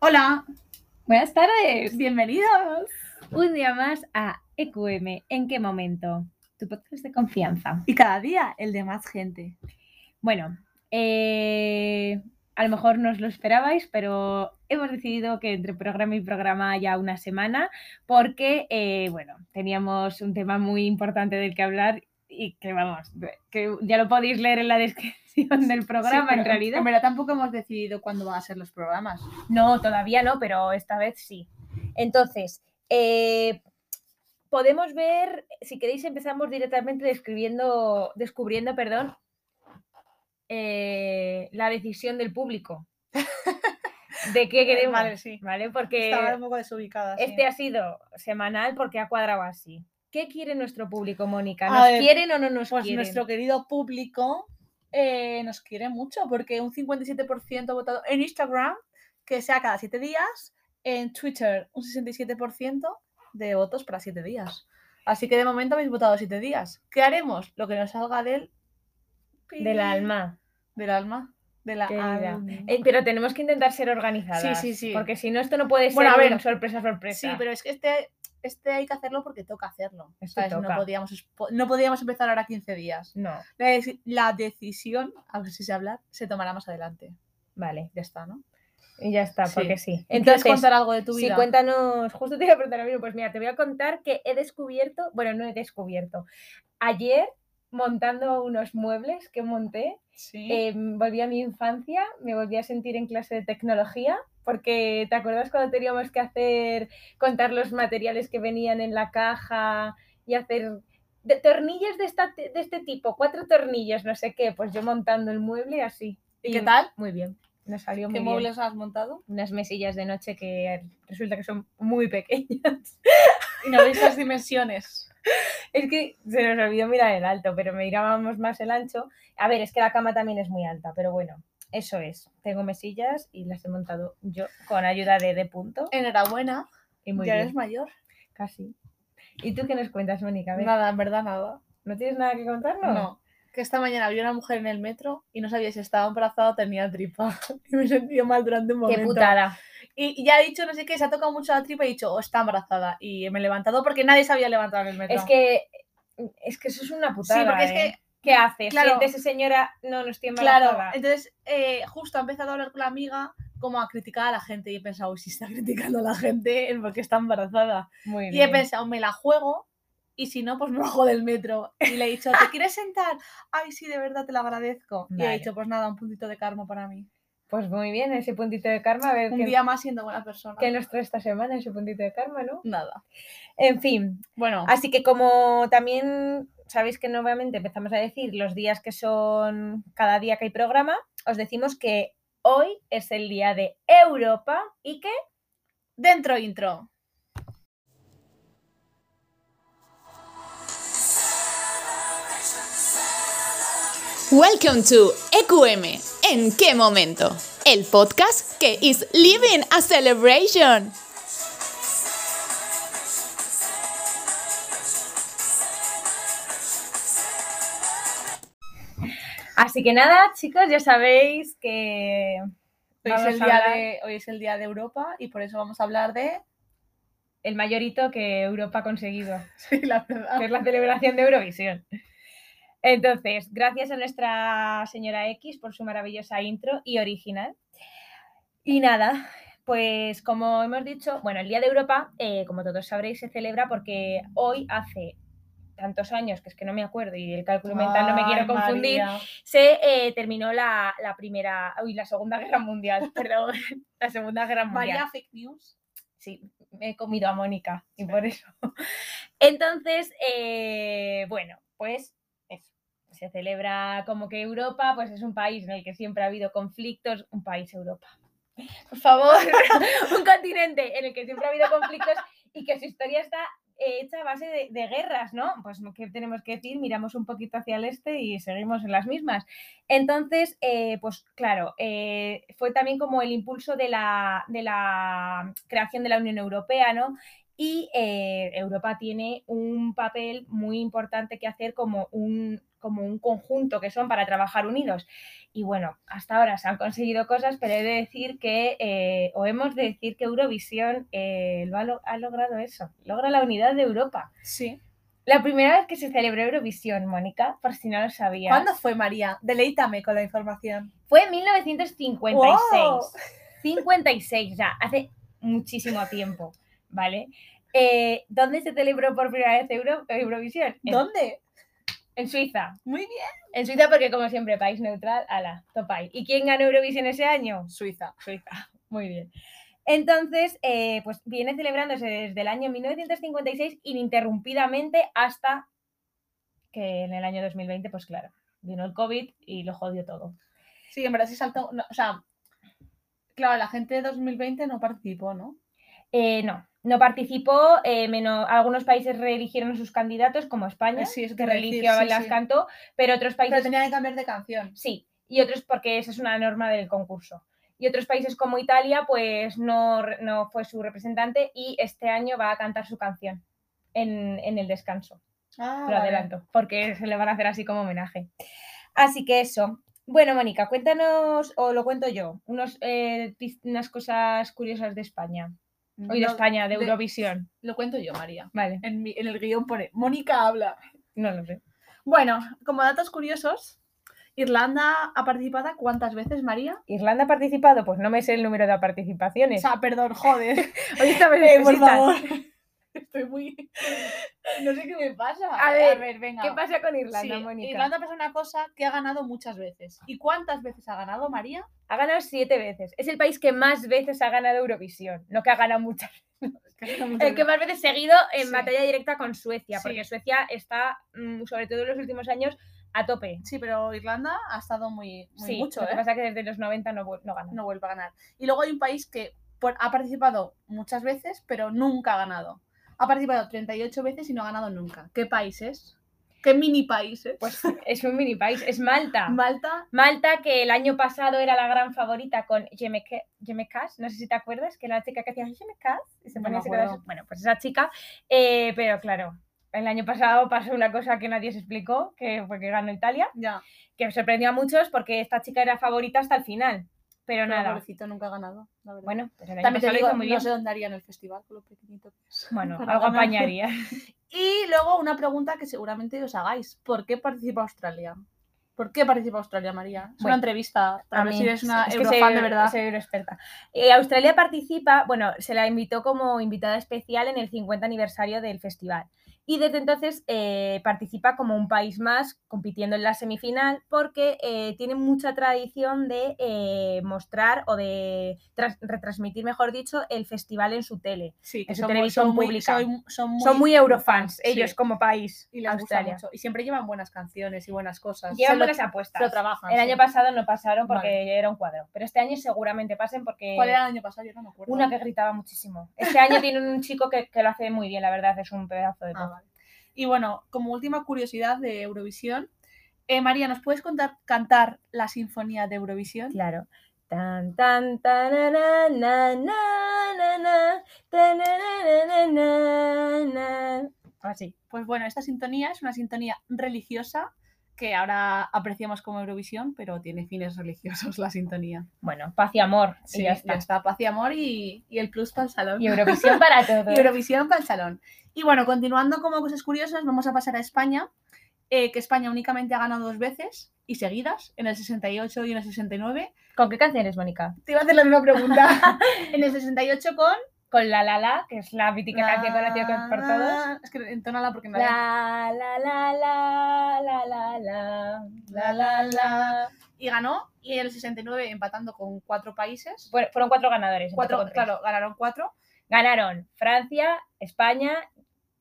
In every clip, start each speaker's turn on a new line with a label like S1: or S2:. S1: Hola,
S2: Buenas tardes.
S1: bienvenidos.
S2: Un día más a EQM. ¿En qué momento? Tu podcast de confianza.
S1: Y cada día el de más gente.
S2: Bueno, eh, a lo mejor no os lo esperabais, pero hemos decidido que entre programa y programa haya una semana porque, eh, bueno, teníamos un tema muy importante del que hablar y que, vamos, que ya lo podéis leer en la descripción del programa
S1: Sí, pero em-
S2: en realidad.
S1: En verdad tampoco hemos decidido cuándo van a ser los programas.
S2: No, todavía no, pero esta vez sí. Entonces, eh, podemos ver, si queréis empezamos directamente describiendo, descubriendo, perdón, eh, la decisión del público. ¿De qué queremos?
S1: Vale, sí.
S2: ¿Vale? Porque
S1: Estaba un poco desubicada. sí.
S2: este ha sido semanal porque ha cuadrado así. ¿Qué quiere nuestro público, Mónica?
S1: A
S2: ¿Nos
S1: ver,
S2: quieren o no nos
S1: Pues
S2: quieren?
S1: nuestro querido público eh, nos quiere mucho porque un 57% ha votado en Instagram, que sea cada 7 días, en Twitter un 67% de votos para 7 días. Así que de momento habéis votado 7 días. ¿Qué haremos? Lo que nos salga del...
S2: Del alma.
S1: Del alma. De la
S2: Querida.
S1: alma.
S2: Eh, pero tenemos que intentar ser organizadas.
S1: sí, sí.
S2: Porque si no, esto no puede ser
S1: Bueno, a ver,
S2: un sorpresa, sorpresa.
S1: Sí, pero es que este, este hay que hacerlo porque toca hacerlo.
S2: Este
S1: ¿sabes?
S2: toca.
S1: No, podíamos, expo- no podíamos empezar ahora 15 días.
S2: No,
S1: La, deci- la decisión, a ver si se habla, se tomará más adelante.
S2: vale.
S1: Ya está, ¿no?
S2: Y ya está,
S1: Sí.
S2: porque sí.
S1: ¿Quieres
S2: Entonces,
S1: contar algo de tu
S2: sí,
S1: vida?
S2: cuéntanos. Justo te iba a preguntar a mí, pues mira, te voy a contar que he descubierto, bueno, no he descubierto. Ayer, montando unos muebles que monté,
S1: Sí.
S2: eh, volví a mi infancia, me volví a sentir en clase de tecnología. Porque, ¿te acuerdas cuando teníamos que hacer, contar los materiales que venían en la caja y hacer de, tornillos de, esta- de este tipo, cuatro tornillos, no sé qué? Pues yo montando el mueble así.
S1: ¿Y qué tal?
S2: Muy bien, nos salió muy
S1: ¿Qué
S2: bien.
S1: muebles has montado?
S2: unas mesillas de noche que resulta que son muy pequeñas.
S1: Y no veis las dimensiones.
S2: Es que se nos olvidó mirar el alto, pero mirábamos más el ancho. A ver, es que la cama también es muy alta, pero bueno, eso es. Tengo mesillas y las he montado yo con ayuda de de punto
S1: Enhorabuena,
S2: y muy
S1: ya
S2: bien,
S1: eres mayor.
S2: casi. ¿Y tú qué nos cuentas, Mónica? A ver,
S1: Nada, en verdad, nada.
S2: ¿No tienes nada que contarnos?
S1: No. Que esta mañana vi una mujer en el metro y no sabía si estaba embarazada o tenía tripa. Y me he sentido mal durante un
S2: Qué
S1: momento.
S2: putada.
S1: Y y ya he dicho, no sé qué, se ha tocado mucho la tripa y he dicho, oh, está embarazada. Y me he levantado porque nadie se había levantado en el metro.
S2: Es que es que eso es una putada.
S1: sí, porque es
S2: ¿eh?
S1: que,
S2: ¿Qué haces?
S1: claro.
S2: Siéntese, señora, no, no estoy
S1: claro,
S2: embarazada.
S1: entonces eh, justo ha empezado a hablar con la amiga como a criticar a la gente y he pensado, uy, si está criticando a la gente es porque está embarazada.
S2: Muy
S1: Y he
S2: bien.
S1: pensado, me la juego y si no, pues me bajo del metro. Y le he dicho, ¿te quieres sentar? Ay, sí, de verdad, te lo agradezco. Y
S2: Vale.
S1: he dicho, pues nada, un puntito de karma para mí.
S2: Pues muy bien, ese puntito de karma, a ver
S1: Un
S2: qué,
S1: día más siendo buena persona.
S2: qué nos trae esta semana ese puntito de karma, ¿no?
S1: Nada.
S2: En fin,
S1: Bueno,
S2: así que como también sabéis que nuevamente empezamos a decir los días que son cada día que hay programa, os decimos que hoy es el día de Europa y que
S1: dentro intro.
S3: Welcome to EQM. ¿En qué momento? El podcast que is living a celebration.
S2: así que nada, chicos, ya sabéis que
S1: Hoy
S2: vamos
S1: es, el
S2: a
S1: día
S2: hablar-
S1: de, hoy es el día de Europa y por eso vamos a hablar de...
S2: el mayor hito que Europa ha conseguido.
S1: Sí, la
S2: que es
S1: verdad.
S2: la celebración de Eurovisión. Entonces, gracias a nuestra señora X por su maravillosa intro y original. Y nada, pues como hemos dicho, bueno, el Día de Europa, eh, como todos sabréis, se celebra porque hoy hace tantos años, que es que no me acuerdo y el cálculo mental no me quiero
S1: Ay,
S2: confundir,
S1: María.
S2: se eh, terminó la, la primera, uy, la Segunda Guerra Mundial, perdón, la Segunda Guerra Mundial.
S1: María Fake News.
S2: Sí, me he comido a Mónica y por eso. Entonces, eh, bueno, pues eso. Se celebra como que Europa, pues es un país en el que siempre ha habido conflictos. Un país Europa. Por favor, un continente en el que siempre ha habido conflictos y que su historia está eh, hecha a base de, de guerras, ¿no? Pues, ¿qué tenemos que decir? Miramos un poquito hacia el este y seguimos en las mismas. Entonces, eh, pues claro, eh, fue también como el impulso de la, de la creación de la Unión Europea, ¿no? Y eh, Europa tiene un papel muy importante que hacer como un, como un conjunto que son para trabajar unidos. Y bueno, hasta ahora se han conseguido cosas, pero he de decir que, eh, o hemos de decir que Eurovisión eh, lo ha, lo- ha logrado eso, logra la unidad de Europa.
S1: Sí.
S2: La primera vez que se celebró Eurovisión, Mónica, por si no lo sabías,
S1: ¿Cuándo fue María? Deleítame con la información.
S2: fue en 1956.
S1: ¡Wow!
S2: 56, ya, hace muchísimo tiempo, ¿vale? Eh, ¿Dónde se celebró por primera vez Euro- Eurovisión? En-
S1: ¿Dónde?
S2: en Suiza.
S1: Muy bien.
S2: En Suiza porque, como siempre, país neutral, ala, topay. ¿Y quién ganó Eurovisión ese año?
S1: Suiza.
S2: Suiza. Muy bien. Entonces, eh, pues viene celebrándose desde el año 1956 ininterrumpidamente hasta que en el año 2020, pues claro, vino el COVID y lo jodió todo.
S1: Sí, en verdad sí saltó. no, o sea, claro, la gente de 2020 no participó, ¿no?
S2: Eh, no, no participó, eh, menos, algunos países reeligieron a sus candidatos, como España,
S1: Eh, sí, eso te
S2: que
S1: iba a decir,
S2: reeligió a
S1: sí,
S2: Blas
S1: sí.
S2: Cantó, pero otros países
S1: Pero tenía que cambiar de canción.
S2: Sí, y otros porque esa es una norma del concurso. Y otros países como Italia, pues no, re- no fue su representante y este año va a cantar su canción en, en el descanso.
S1: Ah,
S2: Lo
S1: vale.
S2: adelanto, porque se le van a hacer así como homenaje. Así que eso. Bueno, Mónica, cuéntanos, o lo cuento yo, unos, eh, tis- unas cosas curiosas de España. Hoy de
S1: No,
S2: España, de
S1: de-
S2: Eurovisión.
S1: Lo cuento yo, María.
S2: Vale,
S1: En, mi- en el guión pone, Mónica habla.
S2: no lo sé.
S1: Bueno, como datos curiosos, Irlanda ha participado cuántas veces, María?
S2: ¿Irlanda ha participado? Pues no me sé el número de
S1: O
S2: participaciones.
S1: sea, perdón, joder.
S2: Hoy estamos
S1: Eh, por
S2: espesistas.
S1: favor. Estoy muy... No sé qué me pasa.
S2: A ver,
S1: venga.
S2: ¿Qué pasa con
S1: Sí,
S2: Irlanda, Mónica?
S1: Irlanda pasa una cosa que ha ganado muchas veces. ¿Y cuántas veces ha ganado, María?
S2: Ha ganado siete veces. Es el país que más veces ha ganado Eurovisión. No que ha ganado muchas.
S1: Eh,
S2: El que más veces seguido en
S1: Sí.
S2: batalla directa con Suecia, porque
S1: Sí.
S2: Suecia está, mm, sobre todo en los últimos años, a tope.
S1: Sí, pero Irlanda ha estado muy, muy
S2: sí,
S1: mucho,
S2: lo que
S1: ¿eh?
S2: pasa es que desde los 90 no, vu- no gana.
S1: No vuelve a ganar. Y luego hay un país que por- ha participado muchas veces, pero nunca ha ganado. Ha participado 38 veces y no ha ganado nunca. ¿Qué países? ¿Qué mini países?
S2: Pues es un mini país, es Malta.
S1: Malta,
S2: Malta, que el año pasado era la gran favorita con Yemek- Yemekas, no sé si te acuerdas, que era la chica que hacía Yemekas y se
S1: No
S2: ponía
S1: me
S2: así con las-
S1: acuerdo.
S2: Bueno, pues esa chica, eh, pero claro, el año pasado pasó una cosa que nadie se explicó, que fue que ganó Italia,
S1: ya.
S2: que sorprendió a muchos porque esta chica era favorita hasta el final, pero
S1: Pero
S2: nada.
S1: pobrecito, nunca ha ganado. la verdad.
S2: Bueno, pero el año
S1: También te
S2: pasado lo
S1: digo,
S2: hizo muy
S1: no
S2: bien.
S1: sé dónde harían el festival con lo pequeñito que es.
S2: Bueno,
S1: para
S2: algo
S1: ganar.
S2: apañaría.
S1: Y luego una pregunta que seguramente os hagáis. ¿Por qué participa Australia? ¿Por qué participa Australia, María? Es
S2: Bueno,
S1: una entrevista para
S2: A
S1: ver
S2: mí,
S1: si eres una
S2: es que soy
S1: eurofan de
S2: euro-
S1: verdad.
S2: Soy euroexperta. Eh, Australia participa, bueno, se la invitó como invitada especial en el 50 aniversario del festival. Y desde entonces eh, participa como un país más compitiendo en la semifinal porque eh, tiene mucha tradición de eh, mostrar o de tras- retransmitir, mejor dicho, el festival en su tele.
S1: Sí,
S2: en su televisión pública.
S1: son- son muy,
S2: Son muy eurofans,
S1: sí.
S2: ellos como país.
S1: Y les gusta
S2: Australia.
S1: mucho. Y siempre llevan buenas canciones y buenas cosas.
S2: Llevan
S1: Se lo-
S2: buenas
S1: se lo
S2: apuestas.
S1: trabajan.
S2: El
S1: sí.
S2: año pasado no pasaron porque
S1: Vale.
S2: era un cuadro, pero este año seguramente pasen porque...
S1: ¿Cuál era el año pasado? Yo no me acuerdo. Ah,
S2: Una que gritaba muchísimo. Este año tiene un chico que, que lo hace muy bien, la verdad, es un pedazo de
S1: Ah,
S2: voz.
S1: vale. Y bueno, como última curiosidad de Eurovisión, eh, María, ¿nos puedes contar cantar la sinfonía de Eurovisión?
S2: Claro. Tan tan tarara, na, na, na, na, tarara, na, na, na. Así.
S1: Pues bueno, esta sintonía es una sintonía religiosa que ahora apreciamos como Eurovisión, pero tiene fines religiosos la sintonía.
S2: Bueno, paz y amor. y ya está.
S1: paz y amor y, y el plus para el salón.
S2: Y Eurovisión para todos.
S1: Y Eurovisión para el salón. Y bueno, continuando como cosas curiosas, vamos a pasar a España, eh, que España únicamente ha ganado dos veces y seguidas, en el 68 y en el 69.
S2: ¿Con qué canciones, Mónica?
S1: Te iba a hacer la misma pregunta. en el 68 con...
S2: Con La La La, que es la mítica canción conocida con- por todos.
S1: Es que entónala porque nadie...
S2: La la la la la la la la la la.
S1: Y ganó, y en el 69 empatando con cuatro países.
S2: Bueno, fueron cuatro ganadores. empezó
S1: cuatro,
S2: Pues, con tres.
S1: claro, ganaron cuatro.
S2: Ganaron Francia, España,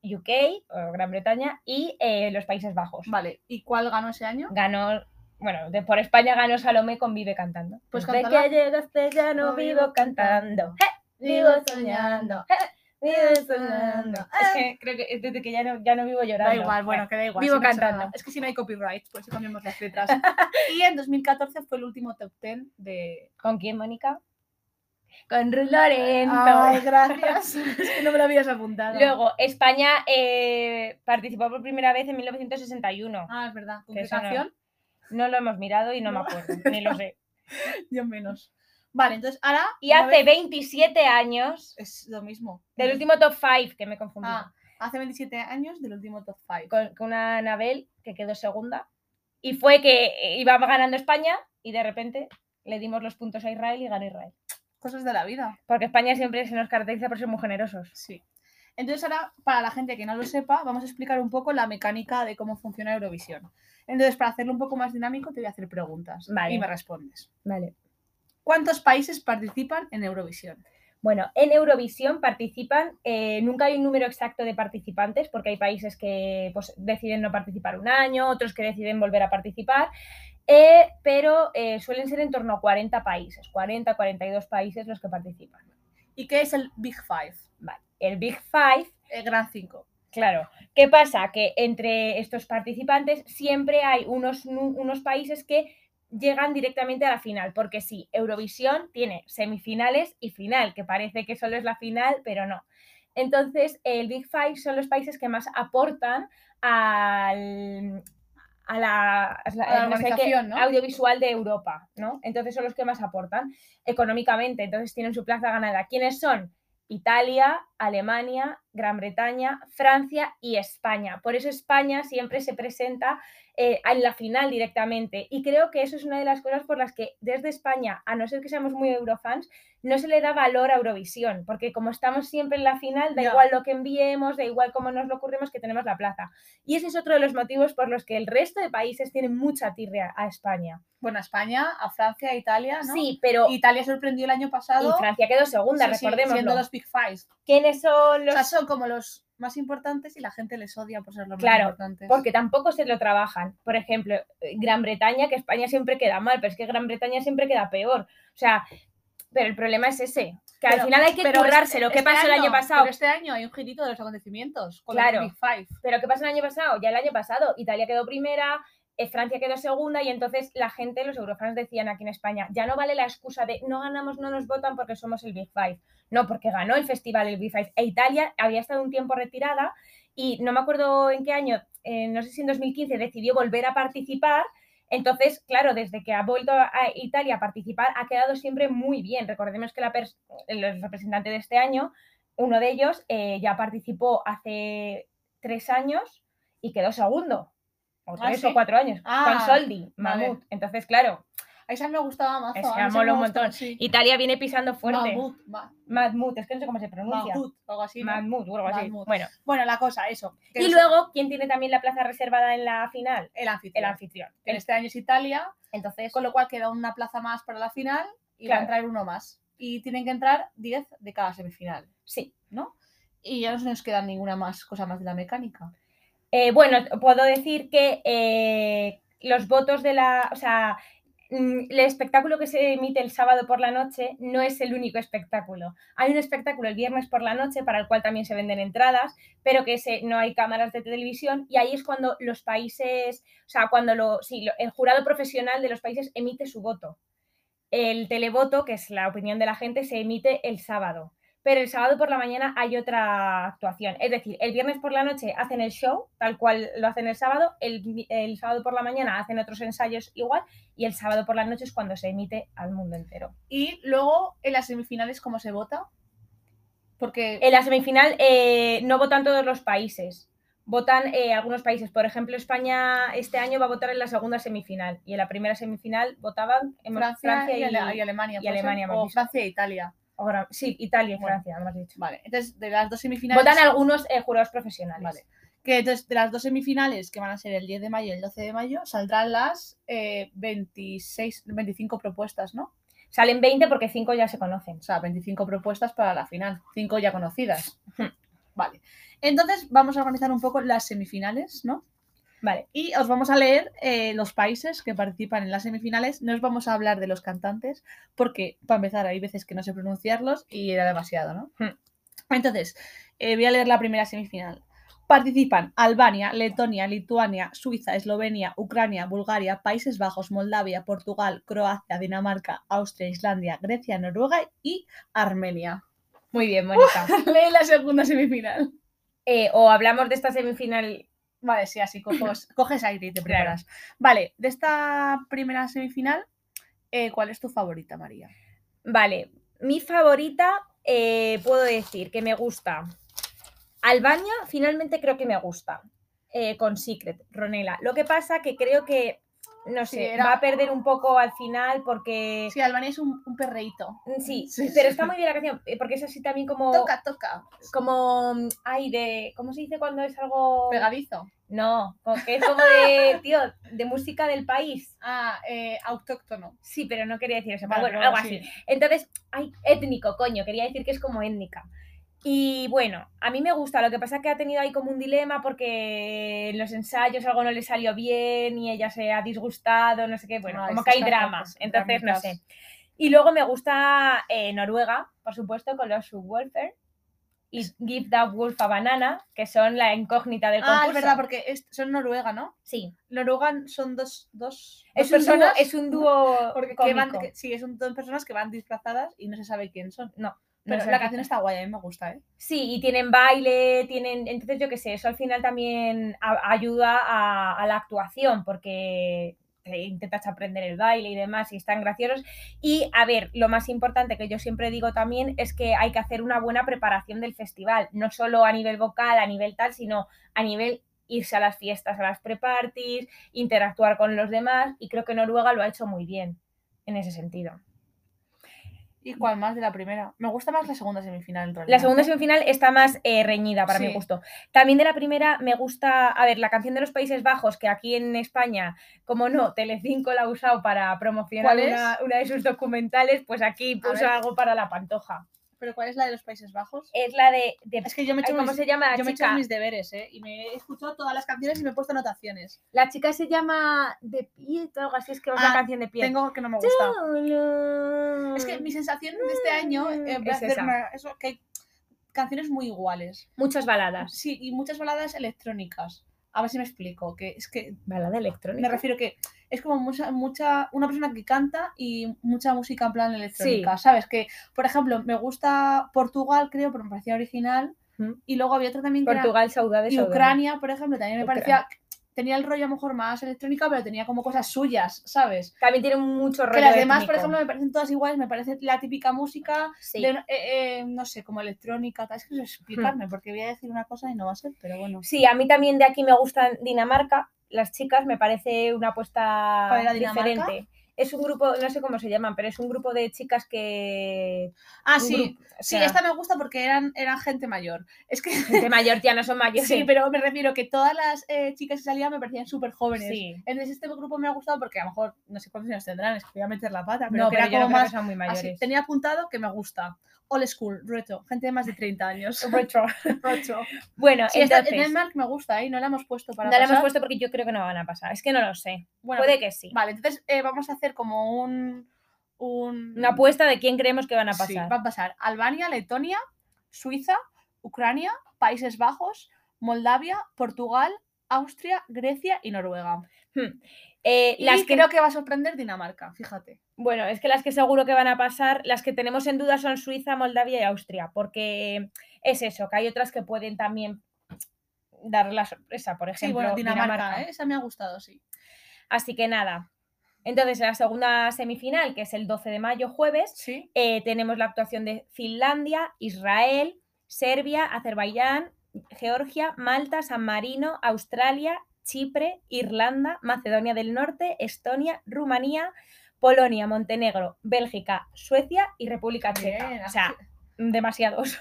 S2: UK, o Gran Bretaña, y eh, los Países Bajos.
S1: Vale, ¿y cuál ganó ese año?
S2: Ganó, bueno, de- por España ganó Salomé con Vive cantando.
S1: Pues
S2: Desde
S1: cántala.
S2: que llegaste ya no
S1: No
S2: vivo
S1: vivo
S2: cantando. ¡Eh! Vivo soñando. ¡Eh! Vivo soñando. Es que creo que es desde que ya no, ya no vivo
S1: Da
S2: llorando.
S1: igual, bueno, que da igual.
S2: Vivo
S1: sí, no pasa
S2: cantando.
S1: nada. Es que si no hay copyright, por eso cambiamos las letras. y en 2014 fue el último top ten de
S2: ¿Con quién, Mónica? con Ruth Lorenzo.
S1: Ay, gracias. Es que no me lo habías apuntado.
S2: Luego, España eh, participó por primera vez en 1961.
S1: Ah, es verdad. ¿Con
S2: Que
S1: qué
S2: eso no.
S1: canción?
S2: No lo hemos mirado y no,
S1: No.
S2: me acuerdo, ni lo sé.
S1: Yo menos. Vale, entonces ahora.
S2: Y
S1: una
S2: hace
S1: vez-
S2: 27 años
S1: Es lo mismo.
S2: del último top 5, que me confundí,
S1: Ah, hace 27 años del último top 5.
S2: con, con una Anabel que quedó segunda. Y fue que iba ganando España y de repente le dimos los puntos a Israel y ganó Israel.
S1: Cosas de la vida.
S2: Porque España siempre se nos caracteriza por ser muy generosos.
S1: Sí. Entonces ahora, para la gente que no lo sepa, vamos a explicar un poco la mecánica de cómo funciona Eurovisión. Entonces, para hacerlo un poco más dinámico, te voy a hacer preguntas
S2: Vale.
S1: y me respondes.
S2: Vale.
S1: ¿Cuántos países participan en Eurovisión?
S2: Bueno, en Eurovisión participan, eh, nunca hay un número exacto de participantes, porque hay países que pues, deciden no participar un año, otros que deciden volver a participar, eh, pero eh, suelen ser en torno a 40 países, 40, 42 países los que participan.
S1: ¿Y qué es el Big Five?
S2: Vale. El Big Five
S1: El Gran 5.
S2: Claro, ¿qué pasa? Que entre estos participantes siempre hay unos, nu- unos países que llegan directamente a la final, porque sí, Eurovisión tiene semifinales y final, que parece que solo es la final, pero no. Entonces, el Big Five son los países que más aportan al- a la, a la- eh,
S1: A la
S2: no sé qué,
S1: organización, ¿no?
S2: audiovisual de Europa, ¿no? Entonces son los que más aportan económicamente, entonces tienen su plaza ganada. ¿Quiénes son? Italia, Alemania, Gran Bretaña, Francia y España. Por eso España siempre se presenta eh, en la final directamente. Y creo que eso es una de las cosas por las que desde España, a no ser que seamos muy eurofans, no se le da valor a Eurovisión, porque como estamos siempre en la final, da
S1: Ya.
S2: igual lo que enviemos, da igual cómo nos lo ocurrimos, que tenemos la plaza. Y ese es otro de los motivos por los que el resto de países tienen mucha tirria a España.
S1: Bueno, a España, a Francia, a Italia, ¿no?
S2: Sí, pero... Y,
S1: Italia sorprendió el año pasado.
S2: Francia quedó segunda,
S1: sí, sí,
S2: recordemos.
S1: siendo los Big Five.
S2: ¿Quiénes son
S1: O
S2: los
S1: sea, son como los más importantes y la gente les odia por ser los
S2: Claro,
S1: más importantes.
S2: Porque tampoco se lo trabajan. Por ejemplo, eh, Gran Bretaña, que España siempre queda mal, pero es que Gran Bretaña siempre queda peor. O sea, pero el problema es ese. Que al
S1: Pero-
S2: final hay que
S1: Pero es-
S2: currárselo. ¿Qué
S1: este
S2: pasó el año pasado?
S1: Pero este año hay un girito de los acontecimientos con
S2: Claro.
S1: los Big Five.
S2: Pero ¿qué pasó el año pasado? Ya el año pasado, Italia quedó primera, eh, Francia quedó segunda y entonces la gente, los eurofans decían aquí en España, ya no vale la excusa de no ganamos, no nos votan porque somos el Big Five. No, porque ganó el festival el Big Five. E Italia había estado un tiempo retirada y no me acuerdo en qué año, eh, no sé si en 2015 decidió volver a participar. Entonces, claro, desde que ha vuelto a Italia a participar, ha quedado siempre muy bien. Recordemos que la pers- el representante de este año, uno de ellos, eh, ya participó hace tres años y quedó segundo. O
S1: Ah,
S2: tres
S1: sí.
S2: o cuatro años.
S1: Ah,
S2: con Soldi,
S1: vale.
S2: Mamut. Entonces, claro,
S1: A esa me gustaba más.
S2: Esa mola un montón.
S1: Sí.
S2: Italia viene pisando fuerte.
S1: Mahmoud, Ma-
S2: Mamut, es que no sé cómo se pronuncia.
S1: Mahmoud, algo así. ¿no?
S2: Mamut, o algo así.
S1: Mahmoud.
S2: Bueno.
S1: Bueno, la cosa, eso. que
S2: Y
S1: es
S2: luego, ¿quién tiene también la plaza reservada en la final?
S1: el
S2: El
S1: anfitrión.
S2: anfitrión.
S1: que en este año es Italia,
S2: Entonces,
S1: con lo cual queda una plaza más para la final y va a
S2: Claro.
S1: entrar uno más. Y tienen que entrar 10 de cada semifinal,
S2: sí.
S1: ¿no? Y ya no se nos queda ninguna más cosa más de la mecánica.
S2: Eh, bueno, puedo decir que eh, los votos de la. O sea, mm, el espectáculo que se emite el sábado por la noche no es el único espectáculo. Hay un espectáculo el viernes por la noche para el cual también se venden entradas, pero que ese no hay cámaras de televisión y ahí es cuando los países. O sea, cuando lo, sí, lo- el jurado profesional de los países emite su voto. El televoto, que es la opinión de la gente, se emite el sábado. Pero el sábado por la mañana hay otra actuación. Es decir, el viernes por la noche hacen el show, tal cual lo hacen el sábado, el, vi- el sábado por la mañana hacen otros ensayos igual, y el sábado por la noche es cuando se emite al mundo entero.
S1: Y luego en las semifinales, ¿cómo se vota? Porque
S2: En la semifinal eh, no votan todos los países, votan eh, algunos países. Por ejemplo, España este año va a votar en la segunda semifinal, y en la primera semifinal votaban hemos-
S1: Francia, y, Ale- y Alemania. puede ser,
S2: Alemania, hemos
S1: o
S2: dicho.
S1: Francia e Italia.
S2: o Gran- sí, Italia y
S1: Bueno.
S2: Francia, hemos dicho.
S1: Vale, entonces de las dos semifinales.
S2: Votan algunos eh, jurados profesionales.
S1: Vale. Que entonces de las dos semifinales, que van a ser el 10 de mayo y el 12 de mayo, saldrán las eh, 26, 25 propuestas, ¿no?
S2: Salen 20 porque 5 ya se conocen.
S1: O sea, 25 propuestas para la final, 5 ya conocidas.
S2: Hmm.
S1: Vale. Entonces vamos a organizar un poco las semifinales, ¿no?
S2: Vale.
S1: Y os vamos a leer eh, los países que participan en las semifinales. No os vamos a hablar de los cantantes, porque para empezar hay veces que no sé pronunciarlos y era demasiado, ¿no?
S2: Hmm.
S1: Entonces, eh, voy a leer la primera semifinal. Participan Albania, Letonia, Lituania, Suiza, Eslovenia, Ucrania, Bulgaria, Países Bajos, Moldavia, Portugal, Croacia, Dinamarca, Austria, Islandia, Grecia, Noruega y Armenia.
S2: Muy bien, Mónica.
S1: Lee la segunda semifinal.
S2: Eh, o hablamos de esta semifinal.
S1: Vale, sí, así coges, coges aire y te preparas. Vale, de esta primera semifinal, eh, ¿cuál es tu favorita, María?
S2: Vale, mi favorita eh, puedo decir que me gusta. Albania, finalmente creo que me gusta. eh, con Secret, Ronela. Lo que pasa que creo que, no
S1: Sí,
S2: sé,
S1: era-
S2: va a perder un poco al final porque. mm,
S1: Sí, Albania es un, un perreíto.
S2: Sí,
S1: Sí,
S2: pero
S1: sí.
S2: está muy bien la canción, eh, porque es así también como.
S1: Toca, toca.
S2: Como. mm, Ay, de. ¿Cómo se dice cuando es algo.?
S1: Pegadizo.
S2: No, como que es como de. Tío, de música del país.
S1: Ah, eh, autóctono.
S2: Sí, pero no quería decir eso.
S1: Vale,
S2: pero Ah, bueno,
S1: pero
S2: algo
S1: sí.
S2: así. Entonces, ay, étnico, coño, quería decir que es como étnica. Y bueno, a mí me gusta, lo que pasa es que ha tenido ahí como un dilema porque en los ensayos algo no le salió bien y ella se ha disgustado, no sé qué, bueno,
S1: Ah,
S2: como
S1: esas
S2: que hay
S1: cosas,
S2: drama,
S1: pues,
S2: entonces no
S1: dramitas.
S2: sé. Y luego me gusta eh, Noruega, por supuesto, con los Subwoolfer y Give That Wolf a Banana, que son la incógnita del concurso.
S1: Ah, es verdad, porque es- son Noruega, ¿no?
S2: Sí,
S1: Noruega son dos, dos,
S2: es
S1: dos
S2: un, dúo,
S1: personas.
S2: es un dúo
S1: porque que
S2: cómico.
S1: van, que- sí, son dos personas que van disfrazadas y no se sabe quién son.
S2: No
S1: Pero
S2: sé
S1: la
S2: qué-
S1: canción está guay, a mí me gusta, ¿eh?
S2: Sí, y tienen baile, tienen. Entonces, yo qué sé, eso al final también a- ayuda a, a la actuación, porque te intentas aprender el baile y demás, y están graciosos. Y a ver, lo más importante que yo siempre digo también es que hay que hacer una buena preparación del festival, no solo a nivel vocal, a nivel tal, sino a nivel irse a las fiestas, a las pre-parties, interactuar con los demás, y creo que Noruega lo ha hecho muy bien en ese sentido.
S1: ¿Y cuál más de la primera? Me gusta más la segunda semifinal, en realidad.
S2: La segunda semifinal está más eh, reñida para mi
S1: Sí.
S2: gusto. También de la primera me gusta, a ver, la canción de los Países Bajos, que aquí en España, como no, Telecinco la ha usado para promocionar
S1: ¿Cuál es?
S2: una, una de sus documentales, pues aquí puso
S1: ver.
S2: algo para la pantoja.
S1: ¿Pero cuál es la de los Países Bajos?
S2: Es la de... de-
S1: Es que yo me he
S2: ay,
S1: hecho,
S2: ¿Cómo
S1: mis,
S2: se llama la
S1: yo me he hecho
S2: chica?
S1: mis deberes, ¿eh? Y me he escuchado todas las canciones y me he puesto anotaciones.
S2: La chica se llama De Pie, o algo así, es que es
S1: Ah,
S2: la canción de Pie.
S1: Tengo que no me gusta.
S2: Solo.
S1: Es que mi sensación de este año eh, voy a
S2: Mm, Es
S1: hacer
S2: esa.
S1: una- eso, que hay canciones muy iguales.
S2: Muchas baladas.
S1: Sí, y muchas baladas electrónicas. A ver si me explico. Que es que
S2: Balada electrónica.
S1: me refiero que es como mucha, mucha, una persona que canta y mucha música en plan electrónica. ¿Sabes? Que, por ejemplo, me gusta Portugal, creo, pero me parecía original.
S2: Ujú.
S1: Y luego había otra también que era-
S2: Portugal, saudades,
S1: y
S2: saudades.
S1: Ucrania, por ejemplo, también me
S2: Ucra-
S1: parecía. Tenía el rollo a lo mejor más electrónica, pero tenía como cosas suyas, ¿sabes?
S2: También tiene mucho rollo
S1: Que las demás, por
S2: étnico.
S1: ejemplo, me parecen todas iguales, me parece la típica música
S2: Sí.
S1: de una- eh, eh, no sé, como electrónica, tal. es que no sé explicarme, porque voy a decir una cosa y no va a ser, pero bueno.
S2: Sí, a mí también de aquí me gustan Dinamarca. Las chicas me parece una apuesta
S1: ¿Cuál era Dinamarca?
S2: diferente. Es un grupo, no sé cómo se llaman, pero es un grupo de chicas que.
S1: Ah,
S2: un
S1: sí,
S2: grupo- o
S1: sí,
S2: sea,
S1: esta me gusta porque eran, eran gente mayor. Es que
S2: Gente mayor, ya no son mayores.
S1: sí, pero me refiero que todas las eh, chicas que salían me parecían súper jóvenes.
S2: Sí.
S1: Entonces este grupo me ha gustado porque a lo mejor no sé cuántos años tendrán, es que voy a meter la pata, pero
S2: No,
S1: que
S2: pero
S1: era
S2: yo no
S1: como
S2: creo que
S1: más
S2: sean muy
S1: así.
S2: mayores.
S1: Tenía apuntado que me gusta. Old school, reto, gente de más de 30 años.
S2: Retro.
S1: Retro.
S2: Bueno,
S1: Sí, esta-
S2: entonces.
S1: Denmark me gusta, ¿eh? No la hemos puesto para
S2: No la hemos
S1: pasar.
S2: puesto porque yo creo que no van a pasar. Es que no lo sé.
S1: Bueno,
S2: Puede que sí.
S1: Vale, entonces eh, vamos a hacer como un... un...
S2: Una apuesta de quién creemos que van a pasar.
S1: Sí, va a pasar Albania, Letonia, Suiza, Ucrania, Países Bajos, Moldavia, Portugal, Austria, Grecia y Noruega.
S2: Eh,
S1: Y
S2: las que
S1: creo que va a sorprender Dinamarca, fíjate.
S2: Bueno, es que las que seguro que van a pasar, las que tenemos en duda son Suiza, Moldavia y Austria, porque es eso, que hay otras que pueden también dar la sorpresa, por ejemplo,
S1: sí, bueno, Dinamarca,
S2: Dinamarca.
S1: ¿eh? esa me ha gustado, sí.
S2: Así que nada. Entonces, en la segunda semifinal, que es el 12 de mayo, jueves,
S1: Sí.
S2: eh, tenemos la actuación de Finlandia, Israel, Serbia, Azerbaiyán, Georgia, Malta, San Marino, Australia, Chipre, Irlanda, Macedonia del Norte, Estonia, Rumanía, Polonia, Montenegro, Bélgica, Suecia y República Checa.
S1: Bien,
S2: o sea, demasiados.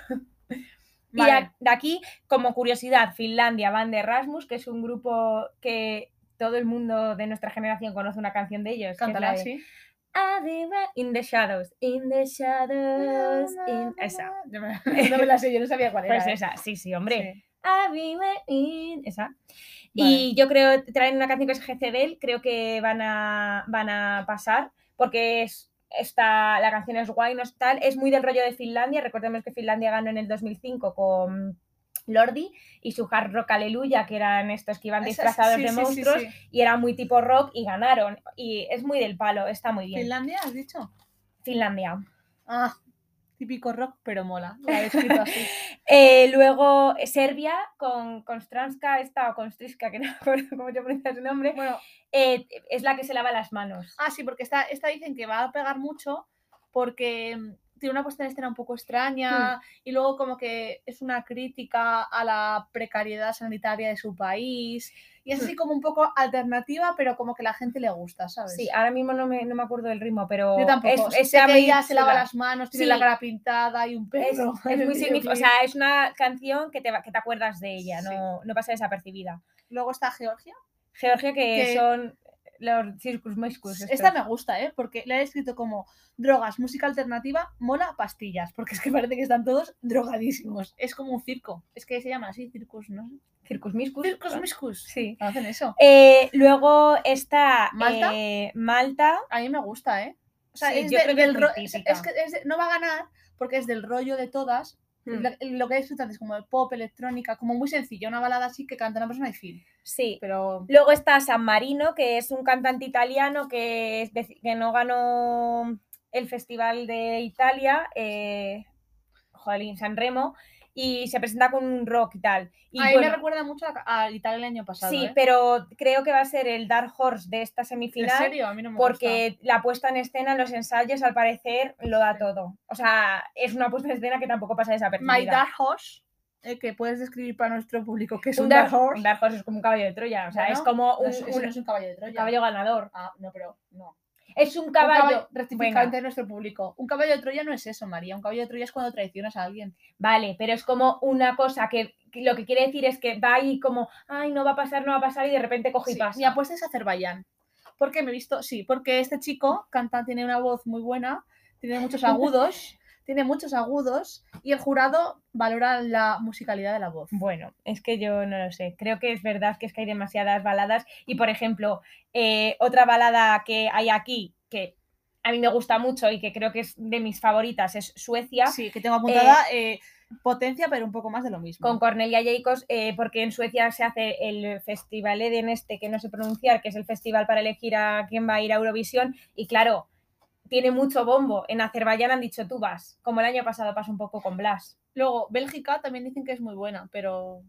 S2: Y
S1: Vale,
S2: a- de aquí, como curiosidad, Finlandia van de Erasmus, que es un grupo que todo el mundo de nuestra generación conoce una canción de ellos. que es la
S1: cántala,
S2: de-
S1: sí.
S2: Arriba, in the shadows, in the shadows, in... Esa.
S1: No me, no me la sé, yo no sabía cuál era.
S2: Pues
S1: ¿eh?
S2: esa, sí, sí, hombre.
S1: Sí.
S2: Arriba, in... Esa. Y yo creo, traen una canción que es GCBL, creo que van a, van a pasar, porque es, está, la canción es guay, no es tal, es muy del rollo de Finlandia, recordemos que Finlandia ganó en el 2005 con Lordi y su hard rock aleluya, que eran estos que iban
S1: Esas-
S2: disfrazados
S1: sí,
S2: de
S1: sí, sí,
S2: monstruos
S1: sí.
S2: y era muy tipo rock y ganaron. Y es muy del palo, está muy bien.
S1: Finlandia, has dicho.
S2: Finlandia.
S1: Ah, típico rock, pero mola. La he escrito así.
S2: Eh, luego eh, Serbia con Konstranska, esta o Konstriska, que no me acuerdo cómo se pronuncia su nombre,
S1: bueno,
S2: eh, es la que se lava las manos.
S1: ah, sí, porque esta, esta dicen que va a pegar mucho porque mm, tiene una puesta en escena un poco
S2: Hmm.
S1: extraña y luego como que es una crítica a la precariedad sanitaria de su país y
S2: Hmm.
S1: es así como un poco alternativa, pero como que la gente le gusta, ¿sabes?
S2: Sí, ahora mismo no me, no me acuerdo del ritmo, pero
S1: Ah, Yo tampoco.
S2: es, es
S1: sé que
S2: muy
S1: ella se lava
S2: chula.
S1: las manos, tiene
S2: Sí.
S1: la cara pintada y un
S2: Es,
S1: perro.
S2: es
S1: en el
S2: muy signif- o
S1: videoclip.
S2: sea, es una canción que te, va- que te acuerdas de ella,
S1: Sí.
S2: no, no pasa desapercibida.
S1: Luego está Georgia.
S2: Georgia, que
S1: Que-
S2: son los Circus Moiscus.
S1: Esta me gusta, ¿eh? Porque la he escrito como drogas, música alternativa, mola, pastillas. Porque es que parece que están todos drogadísimos. Es como un circo. Es que se llama así, circus, ¿no?
S2: Circus Miscus.
S1: Circus
S2: ¿no?
S1: miscus.
S2: Sí.
S1: Hacen eso.
S2: Eh, luego está
S1: ¿Malta?
S2: eh, Malta.
S1: A mí me gusta, ¿eh? O sea,
S2: Sí,
S1: es,
S2: yo
S1: de-
S2: creo que es
S1: del
S2: muy
S1: ro- es-
S2: típica.
S1: es que es de- no va a ganar porque es del rollo de todas.
S2: Hmm.
S1: Lo, lo que he escrito antes, como de pop, electrónica, como muy sencilla, una balada así que canta una persona y fin.
S2: Sí.
S1: Pero
S2: Luego está San Marino, que es un cantante italiano que, es de- que no ganó el Festival de Italia, eh, Jolín, San Remo, y se presenta con un rock y tal. Y
S1: a mí
S2: bueno,
S1: me recuerda mucho a- al Italia el año pasado.
S2: sí,
S1: ¿eh?
S2: pero creo que va a ser el Dark Horse de esta
S1: ¿En
S2: semifinal.
S1: serio? A mí no me gusta. Pues
S2: Porque la puesta en escena en los ensayos, al parecer, lo da
S1: Sí.
S2: todo. O sea, es una puesta en escena que tampoco pasa desapercibida.
S1: My Dark Horse, eh, que puedes describir para nuestro público, que es
S2: un Dark Horse. un Dark Horse es como un caballo de Troya. O sea, es
S1: Bueno,
S2: como
S1: No,
S2: un,
S1: eso- eso
S2: un
S1: no es un caballo de Troya.
S2: caballo ganador.
S1: Ah, no, pero no.
S2: Es un
S1: Un
S2: caballo.
S1: rectifica
S2: Venga.
S1: ante nuestro público. Un caballo de Troya no es eso, María. Un caballo de Troya es cuando traicionas a alguien.
S2: Vale, pero es como una cosa que que lo que quiere decir es que va ahí como, ay, no va a pasar, no va a pasar, y de repente coge y
S1: Sí,
S2: pasa.
S1: Mi apuesta es Azerbaiyán. Porque me he visto, sí, porque este chico canta, tiene una voz muy buena, tiene muchos agudos, tiene muchos agudos y el jurado valora la musicalidad de la voz.
S2: Bueno, es que yo no lo sé. Creo que es verdad que es que hay demasiadas baladas. Y por ejemplo, eh, otra balada que hay aquí que a mí me gusta mucho y que creo que es de mis favoritas es Suecia.
S1: Sí, que tengo apuntada eh, potencia, pero un poco más de lo mismo.
S2: Con Cornelia Jacobs, eh, porque en Suecia se hace el Festival Eden este, que no sé pronunciar, que es el festival para elegir a quién va a ir a Eurovisión. Y claro, tiene mucho bombo. En Azerbaiyán han dicho tú vas, como el año pasado pasó un poco con Blas.
S1: Luego, Bélgica también dicen que es muy buena, pero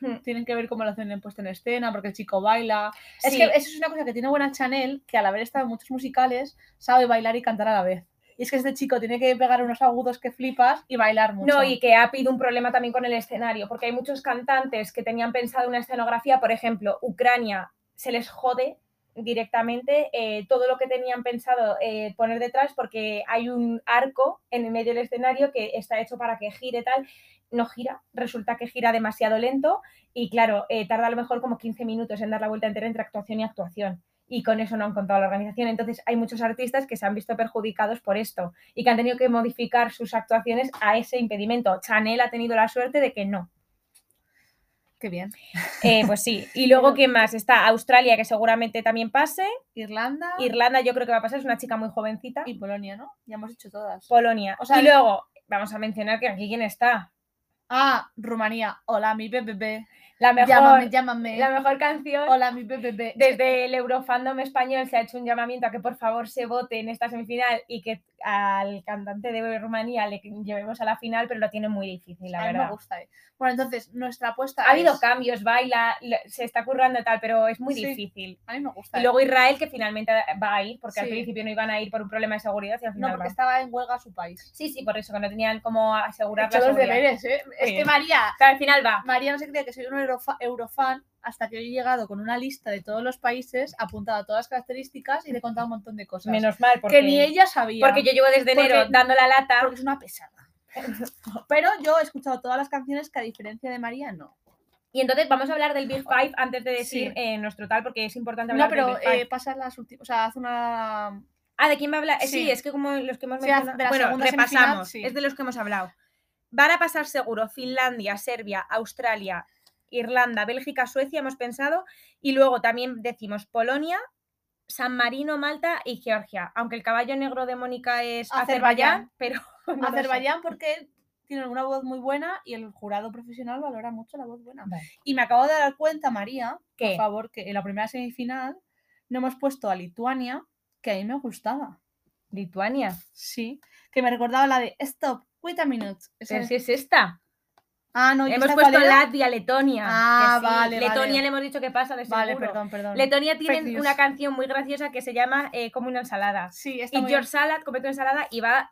S2: Hmm.
S1: tienen que ver cómo lo hacen en puesta en escena, porque el chico baila. Es
S2: Sí.
S1: que eso es una cosa que tiene buena Chanel, que al haber estado en muchos musicales, sabe bailar y cantar a la vez. Y es que este chico tiene que pegar unos agudos que flipas y bailar mucho.
S2: No, y que ha habido un problema también con el escenario, porque hay muchos cantantes que tenían pensado una escenografía, por ejemplo, Ucrania se les jode directamente eh, todo lo que tenían pensado eh, poner detrás porque hay un arco en el medio del escenario que está hecho para que gire tal, no gira, resulta que gira demasiado lento y claro, eh, tarda a lo mejor como 15 minutos en dar la vuelta entera entre actuación y actuación y con eso no han contado la organización, entonces hay muchos artistas que se han visto perjudicados por esto y que han tenido que modificar sus actuaciones a ese impedimento. Chanel ha tenido la suerte de que no.
S1: Qué bien.
S2: Eh, pues sí. Y luego, ¿quién más? Está Australia, que seguramente también pase.
S1: Irlanda y,
S2: Irlanda, yo creo que va a pasar, es una chica muy jovencita. Y
S1: Polonia, ¿no? Ya hemos hecho todas.
S2: Polonia.
S1: O sea,
S2: y luego, vamos a mencionar que aquí quién está.
S1: Ah, Rumanía. Hola, mi bebé.
S2: La
S1: Llámame,
S2: mejor,
S1: llámame.
S2: la mejor canción.
S1: Hola, mi bebé.
S2: Desde el Eurofandom español se ha hecho un llamamiento a que por favor se vote en esta semifinal y que al cantante de Rumanía le llevemos a la final, pero lo tiene muy difícil,
S1: a
S2: la
S1: mí
S2: verdad.
S1: me gusta. eh. Bueno, entonces, nuestra apuesta
S2: Ha habido
S1: es-
S2: cambios, baila, le- se está currando tal, pero es muy
S1: Sí.
S2: difícil.
S1: A mí me gusta.
S2: Y
S1: eh.
S2: luego Israel, que finalmente va a ir, porque al
S1: Sí.
S2: principio no iban a ir por un problema de seguridad y al
S1: No,
S2: final
S1: porque
S2: van.
S1: estaba en huelga su país.
S2: Sí, sí, por eso, que no tenían cómo
S1: He
S2: asegurar
S1: hecho
S2: la
S1: los
S2: seguridad.
S1: deberes, ¿eh? Es que
S2: bien.
S1: María,
S2: Pero al final va.
S1: María no se creía que soy un eurofa- eurofan hasta que yo he llegado con una lista de todos los países, apuntada a todas las características y le he contado un montón de cosas.
S2: Menos mal, porque,
S1: Que ni ella sabía.
S2: porque yo llevo desde enero
S1: Porque-
S2: dando la lata.
S1: Porque es una pesada. Pero yo he escuchado todas las canciones que a diferencia de María no.
S2: Y entonces vamos a hablar del Big Five antes de decir
S1: Sí.
S2: eh, nuestro tal, porque es importante
S1: No,
S2: hablar del
S1: pero
S2: Big Five.
S1: eh, pasa las últimas. O sea, hace una.
S2: ah, ¿de quién va a hablar? Eh, Sí.
S1: sí.
S2: es que como los que hemos
S1: Sí, haz-
S2: mencionado...
S1: de la
S2: bueno,
S1: segunda semifinal,
S2: repasamos.
S1: sí.
S2: Es de los que hemos hablado. Van a pasar seguro Finlandia, Serbia, Australia, Irlanda, Bélgica, Suecia, hemos pensado. Y luego también decimos Polonia, San Marino, Malta y Georgia. Aunque el caballo negro de Mónica es Azerbaiyán,
S1: Azerbaiyán.
S2: pero... no lo sé.
S1: Azerbaiyán, porque tienen una voz muy buena y el jurado profesional valora mucho la voz buena.
S2: Vale.
S1: Y me acabo de dar cuenta, María,
S2: ¿Qué?
S1: por favor, que en la primera semifinal no hemos puesto a Lituania, que a mí me gustaba.
S2: Lituania.
S1: Sí. Que me recordaba la de Stop, wait a minute. Esa
S2: Pero
S1: de-
S2: si es esta.
S1: Ah, no, ¿y
S2: hemos
S1: esta
S2: puesto
S1: cuál era?
S2: Latvia, Letonia.
S1: Ah,
S2: que sí.
S1: vale,
S2: Letonia
S1: vale.
S2: le hemos dicho que pasa de
S1: Vale,
S2: seguro.
S1: perdón, perdón.
S2: Letonia
S1: Fake
S2: tienen
S1: news.
S2: una canción muy graciosa que se llama eh, Como una ensalada.
S1: Sí, está
S2: Y
S1: muy
S2: George Salad come tu ensalada y va
S1: bien.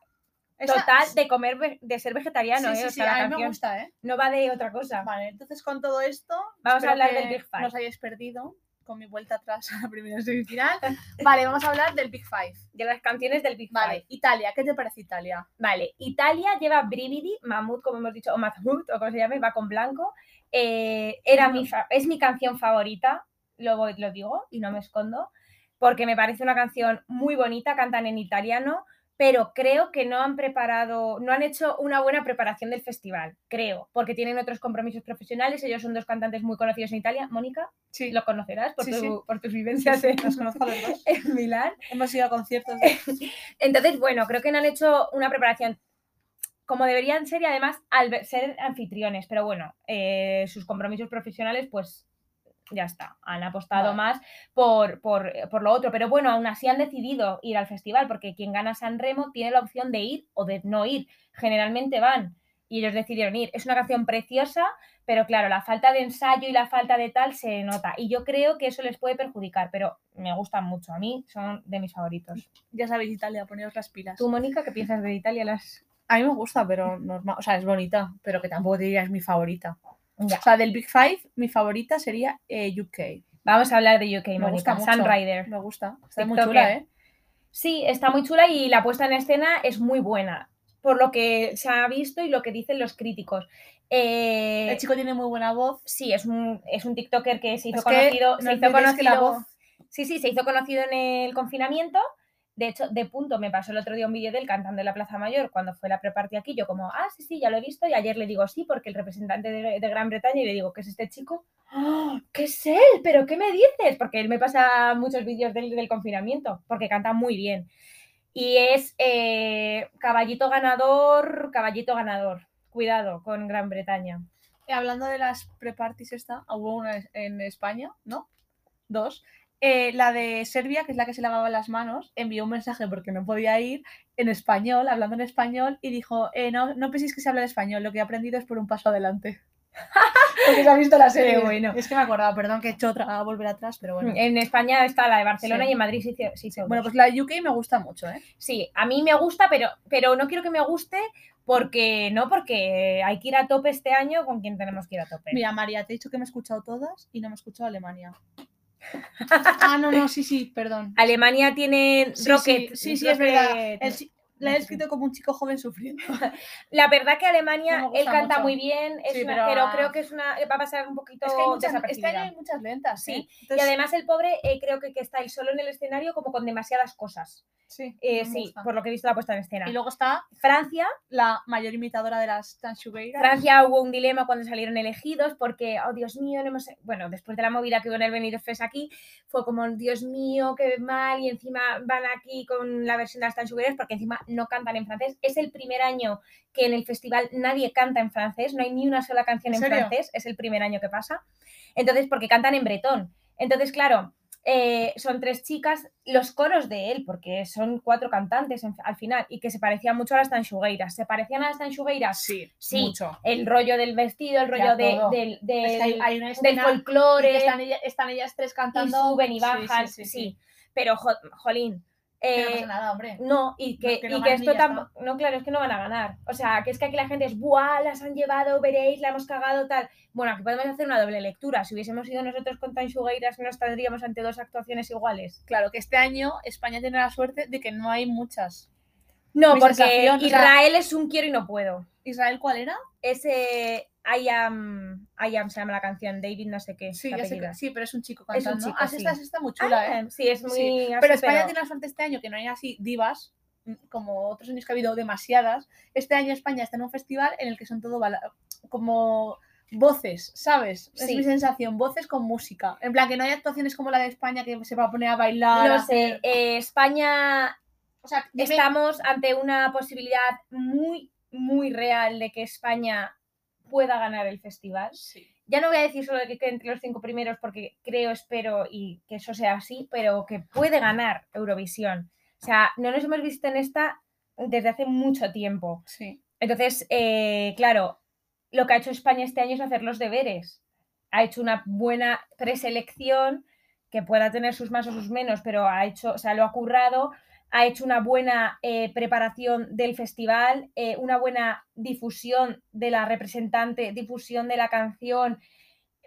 S1: Esa-
S2: total de comer ve- de ser vegetariano,
S1: Sí,
S2: eh,
S1: sí,
S2: o
S1: sí,
S2: sea, la
S1: a mí me
S2: canción.
S1: gusta, ¿eh?
S2: No va de otra cosa.
S1: Vale, entonces con todo esto,
S2: Vamos a
S1: espero
S2: hablar
S1: que
S2: del Big Five.
S1: No os hayáis perdido con mi vuelta atrás a la primera semifinal. Vale, vamos a hablar del Big Five.
S2: De las canciones del Big
S1: Vale,
S2: Five.
S1: Italia, ¿qué te parece Italia?
S2: Vale, Italia lleva Brividi, Mahmoud, como hemos dicho, o Mahmoud, o como se llame, va con blanco. Eh, era mi fa- es mi canción favorita, lo, voy- lo digo y no me escondo, porque me parece una canción muy bonita, cantan en italiano, pero creo que no han preparado, no han hecho una buena preparación del festival, creo, porque tienen otros compromisos profesionales, ellos son dos cantantes muy conocidos en Italia. Mónica,
S1: Sí,
S2: lo conocerás por,
S1: Sí,
S2: tu-
S1: sí.
S2: por tus vivencias ¿eh? en-
S1: los conozco a los dos.
S2: en Milán.
S1: Hemos ido a conciertos. de-
S2: Entonces, bueno, creo que no han hecho una preparación como deberían ser y además al ver- ser anfitriones, pero bueno, eh, sus compromisos profesionales, pues ya está, han apostado
S1: Vale.
S2: más por, por, eh, por lo otro, pero bueno, aún así han decidido ir al festival porque quien gana San Remo tiene la opción de ir o de no ir, generalmente van y ellos decidieron ir. Es una canción preciosa, pero claro, la falta de ensayo y la falta de tal se nota y yo creo que eso les puede perjudicar, pero me gustan mucho, a mí son de mis favoritos.
S1: Ya sabéis, Italia, poneos las pilas.
S2: ¿Tú, Mónica, qué piensas de Italia? Las...
S1: A mí me gusta, pero normal. O sea, es bonita, pero que tampoco te diría es mi favorita. O sea, del Big Five, mi favorita sería eh, UK.
S2: Vamos a hablar de UK,
S1: Me gusta
S2: Mónica.
S1: mucho.
S2: Sunrider.
S1: Me gusta. Está muy
S2: TikToker.
S1: chula, ¿eh?
S2: Sí, está muy chula y la puesta en escena es muy buena, por lo que se ha visto y lo que dicen los críticos. Eh,
S1: El chico tiene muy buena voz.
S2: Sí, es un, es un TikToker que se hizo
S1: Es que no
S2: conocido. se hizo
S1: olvidéis que
S2: conocido
S1: la voz-
S2: Sí, sí, se hizo conocido en el confinamiento. De hecho, de punto me pasó el otro día un vídeo de él cantando en la Plaza Mayor cuando fue la prepartida aquí. Yo como, ah, sí, sí, ya lo he visto. Y ayer le digo sí, porque el representante de, de Gran Bretaña, y le digo, ¿qué es este chico? "Ah, ¿Qué es él? ¿Pero qué me dices? Porque él me pasa muchos vídeos del, del confinamiento, porque canta muy bien. Y es eh, caballito ganador, caballito ganador. Cuidado con Gran Bretaña.
S1: Eh, hablando de las pre-parties esta, hubo una es- en España, ¿no? Dos. Eh, la de Serbia, que es la que se lavaba las manos, envió un mensaje porque no podía ir en español, hablando en español, y dijo, eh, no, no penséis que se habla en español, lo que he aprendido es por un paso adelante. Porque se ha visto la serie.
S2: Qué bueno.
S1: Es que me acordaba, perdón que he hecho otra a volver atrás, pero bueno.
S2: En España está la de Barcelona
S1: Hmm. Sí.
S2: y en Madrid se hizo, se hizo
S1: Bueno,
S2: dos.
S1: pues la de UK me gusta mucho, ¿eh?
S2: Sí, a mí me gusta, pero, pero no quiero que me guste porque no, porque hay que ir a tope este año con quien tenemos que ir a tope.
S1: Mira, María, te he dicho que me he escuchado todas y no me he escuchado Alemania. ah, no, no, sí, sí, perdón.
S2: Alemania tiene
S1: Sí,
S2: Rocket.
S1: sí, sí, sí, es verdad.
S2: Rocket.
S1: El chi- la he escrito como un chico joven sufriendo.
S2: La verdad que
S1: No
S2: Alemania,
S1: me
S2: él
S1: gusta
S2: canta
S1: mucho.
S2: muy bien, es
S1: Sí,
S2: una-
S1: pero-
S2: pero... creo que es una, va a pasar un poquito
S1: Es que hay muchas- este
S2: desapercibida.
S1: año hay muchas lentas,
S2: Sí,
S1: ¿eh?
S2: Y
S1: Entonces,
S2: además el pobre eh, creo que, que está él solo en el escenario como con demasiadas cosas.
S1: sí,
S2: Eh,
S1: no me
S2: sí,
S1: gusta.
S2: por lo que he visto la puesta en escena.
S1: Y luego está
S2: Francia,
S1: la mayor imitadora de las Tanchugueiras.
S2: Francia hubo un dilema cuando salieron elegidos porque, oh Dios mío, no hemos... bueno, después de la movida que hubo en el Benidorm Fest aquí, fue como, Dios mío, qué mal, y encima van aquí con la versión de las Tanchugueras porque encima no cantan en francés. Es el primer año que en el festival nadie canta en francés, no hay ni una sola canción
S1: ¿En
S2: en,
S1: serio?
S2: francés, es el primer año que pasa. Entonces, porque cantan en bretón. Entonces, claro, eh, son tres chicas, los coros de él, porque son cuatro cantantes en- al final, y que se parecían mucho a las Tanchugueiras. ¿Se parecían a las Tanchugueiras?
S1: Sí,
S2: Sí.
S1: mucho.
S2: el rollo del vestido, el
S1: Ya,
S2: rollo de-
S1: todo.
S2: del, del-
S1: Es que hay, hay una
S2: del
S1: escena
S2: folclore,
S1: que están, ella- están ellas tres
S2: y
S1: cantando.
S2: suben y
S1: Sí,
S2: bajan, sí. Pero, jo- jolín,
S1: Que no
S2: eh,
S1: pasa nada, hombre.
S2: no, y que,
S1: No, que no
S2: y
S1: ganan
S2: que
S1: y
S2: esto
S1: ya
S2: tampoco, no, claro, es que no van a ganar. O sea, que es que aquí la gente es, ¡buah, las han llevado, veréis, la hemos cagado, tal! Bueno, aquí podemos hacer una doble lectura. Si hubiésemos ido nosotros con Tanchugueiras, no estaríamos ante dos actuaciones iguales.
S1: Claro, que este año España tiene la suerte de que no hay muchas.
S2: No,
S1: Mi
S2: porque
S1: sensación, o sea-
S2: Israel es un quiero y no puedo.
S1: ¿Israel cuál era?
S2: Ese I am, I am se llama la canción, David no sé qué.
S1: Sí,
S2: su
S1: ya sé que-
S2: apellido.
S1: sí, pero es un chico
S2: Es un
S1: cantando.
S2: chico,
S1: ah, sí,
S2: sí.
S1: esta, esta muy chula, ¿eh?
S2: Ah, Sí, es muy.
S1: Sí,
S2: así,
S1: Pero España
S2: pero-
S1: tiene la suerte este año que no hay así divas, mm, como otros años que ha habido demasiadas. Este año España está en un festival en el que son todo bala- como voces, ¿sabes? Es
S2: Sí.
S1: mi sensación, voces con música. En plan, que no hay actuaciones como la de España que se va a poner a bailar. a
S2: No sé,
S1: hacer-
S2: eh, España
S1: O sea, dime-
S2: estamos ante una posibilidad muy muy real de que España pueda ganar el festival.
S1: Sí.
S2: Ya no voy a decir solo que quede entre los cinco primeros porque creo, espero y que eso sea así, pero que puede ganar Eurovisión. O sea, no nos hemos visto en esta desde hace mucho tiempo.
S1: Sí.
S2: Entonces, eh, claro, lo que ha hecho España este año es hacer los deberes. Ha hecho una buena preselección que pueda tener sus más o sus menos, pero ha hecho, o sea, lo ha currado, ha hecho una buena eh, preparación del festival, eh, una buena difusión de la representante, difusión de la canción,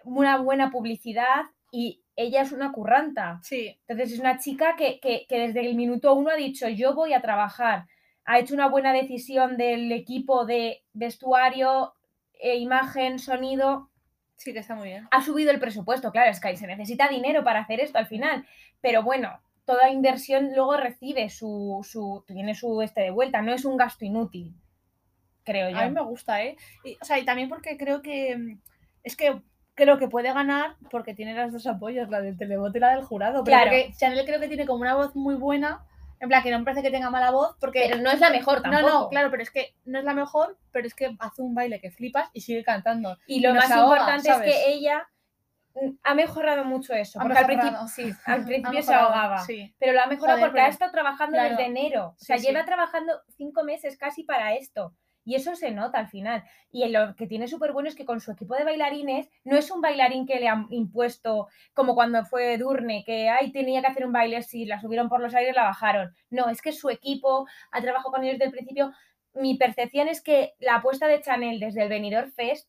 S2: una buena publicidad y ella es una curranta.
S1: Sí.
S2: Entonces es una chica que, que- que desde el minuto uno ha dicho yo voy a trabajar. Ha hecho una buena decisión del equipo de vestuario, eh, imagen, sonido.
S1: Sí, que está muy bien.
S2: Ha subido el presupuesto, claro, es que se necesita dinero para hacer esto al final. Pero bueno, toda inversión luego recibe su, su tiene su este de vuelta, no es un gasto inútil, creo yo.
S1: A mí me gusta, ¿eh? Y, o sea, y también porque creo que. mm, Es que creo que puede ganar porque tiene las dos apoyos, la del televoto y la del jurado. Pero
S2: Claro.
S1: porque Chanel creo que tiene como una voz muy buena. En plan, que no me parece que tenga mala voz porque.
S2: Pero no es la mejor tampoco.
S1: No, no, claro, pero es que no es la mejor, pero es que hace un baile que flipas y sigue cantando.
S2: Y lo
S1: nos
S2: más
S1: ahoga,
S2: importante
S1: ¿sabes?
S2: es que ella mm, ha mejorado mucho eso.
S1: Ha
S2: Porque al
S1: mejorado.
S2: principio, sí, al principio se
S1: mejorado,
S2: ahogaba.
S1: Sí.
S2: Pero lo ha mejorado
S1: Joder,
S2: porque ha
S1: pero-
S2: estado trabajando
S1: claro.
S2: desde enero. O sea,
S1: Sí,
S2: lleva
S1: sí.
S2: trabajando cinco meses casi para esto. Y eso se nota al final. Y lo que tiene súper bueno es que con su equipo de bailarines no es un bailarín que le han impuesto como cuando fue Durne, que ay, tenía que hacer un baile, si la subieron por los aires, la bajaron. No, es que su equipo ha trabajado con ellos desde el principio. Mi percepción es que la apuesta de Chanel desde el Benidorm Fest,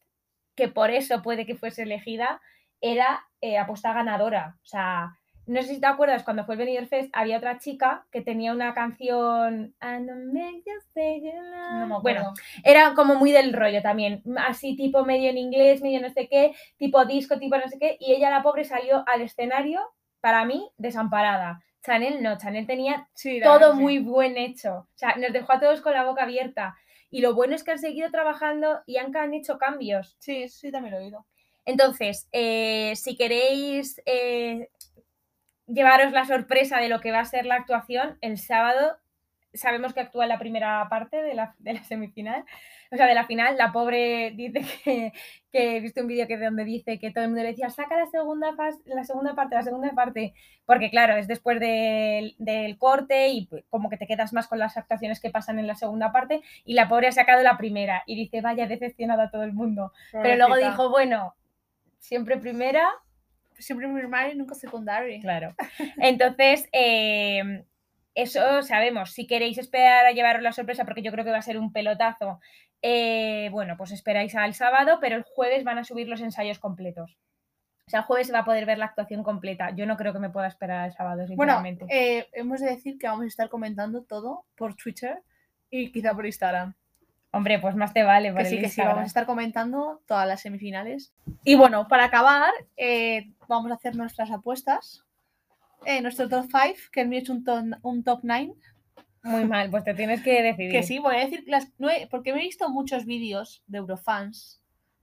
S2: que por eso puede que fuese elegida, era eh, apuesta ganadora. O sea, no sé si te acuerdas, cuando fue el Benidorm Fest había otra chica que tenía una canción... "Ah, "And I make you say you love
S1: No me
S2: me".
S1: acuerdo.
S2: Bueno, era como muy del rollo también, así tipo medio en inglés, medio no sé qué, tipo disco, tipo no sé qué, y ella la pobre salió al escenario, para mí, desamparada. Chanel no, Chanel tenía
S1: Sí, la
S2: todo
S1: verdad que
S2: muy buen hecho. O sea, nos dejó a todos con la boca abierta. Y lo bueno es que han seguido trabajando y han, han hecho cambios.
S1: Sí, sí, también lo he oído.
S2: Entonces, eh, si queréis eh, llevaros la sorpresa de lo que va a ser la actuación, el sábado sabemos que actúa en la primera parte de la, de la semifinal, o sea, de la final. La pobre dice que, que he visto un vídeo que donde dice que todo el mundo le decía, saca la segunda, fas- la segunda parte, la segunda parte, porque claro, es después del, del corte y pues, como que te quedas más con las actuaciones que pasan en la segunda parte, y la pobre ha sacado la primera y dice, vaya, he decepcionado a todo el mundo. Pero luego
S1: Pobrecita.
S2: dijo, bueno, siempre primera.
S1: Siempre primary, nunca secondary.
S2: Claro. Entonces, eh, eso sabemos. Si queréis esperar a llevaros la sorpresa, porque yo creo que va a ser un pelotazo, eh, bueno, pues esperáis al sábado, pero el jueves van a subir los ensayos completos. O sea, el jueves se va a poder ver la actuación completa. Yo no creo que me pueda esperar al sábado,
S1: Bueno,
S2: sinceramente.
S1: eh, hemos de decir que vamos a estar comentando todo por Twitter y quizá por Instagram.
S2: Hombre, pues más te vale. por
S1: Que
S2: el
S1: sí, que sí,
S2: Instagram.
S1: vamos a estar comentando todas las semifinales. Y bueno, para acabar, eh, vamos a hacer nuestras apuestas. Eh, nuestro top 5, que el mío es un top, un top 9.
S2: Muy mal, pues te tienes que decidir.
S1: Que sí, voy a decir las nue- porque me he visto muchos vídeos de Eurofans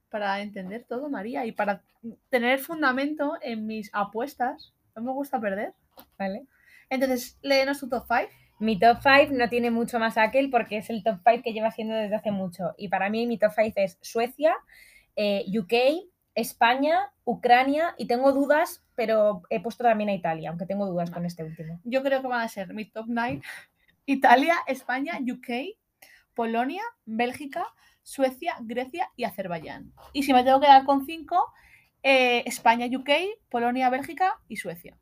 S1: para entender todo, María, y para tener fundamento en mis apuestas. No me gusta perder.
S2: ¿Vale?
S1: Entonces, léenos tu top 5.
S2: Mi top 5 no tiene mucho más aquel porque es el top 5 que lleva siendo desde hace mucho. Y para mí mi top 5 es Suecia, eh, UK, España, Ucrania y tengo dudas, pero he puesto también a Italia, aunque tengo dudas con este último.
S1: Yo creo que van a ser mi top 9. Italia, España, UK, Polonia, Bélgica, Suecia, Grecia y Azerbaiyán. Y si me tengo que dar con 5, España, UK, Polonia, Bélgica y Suecia.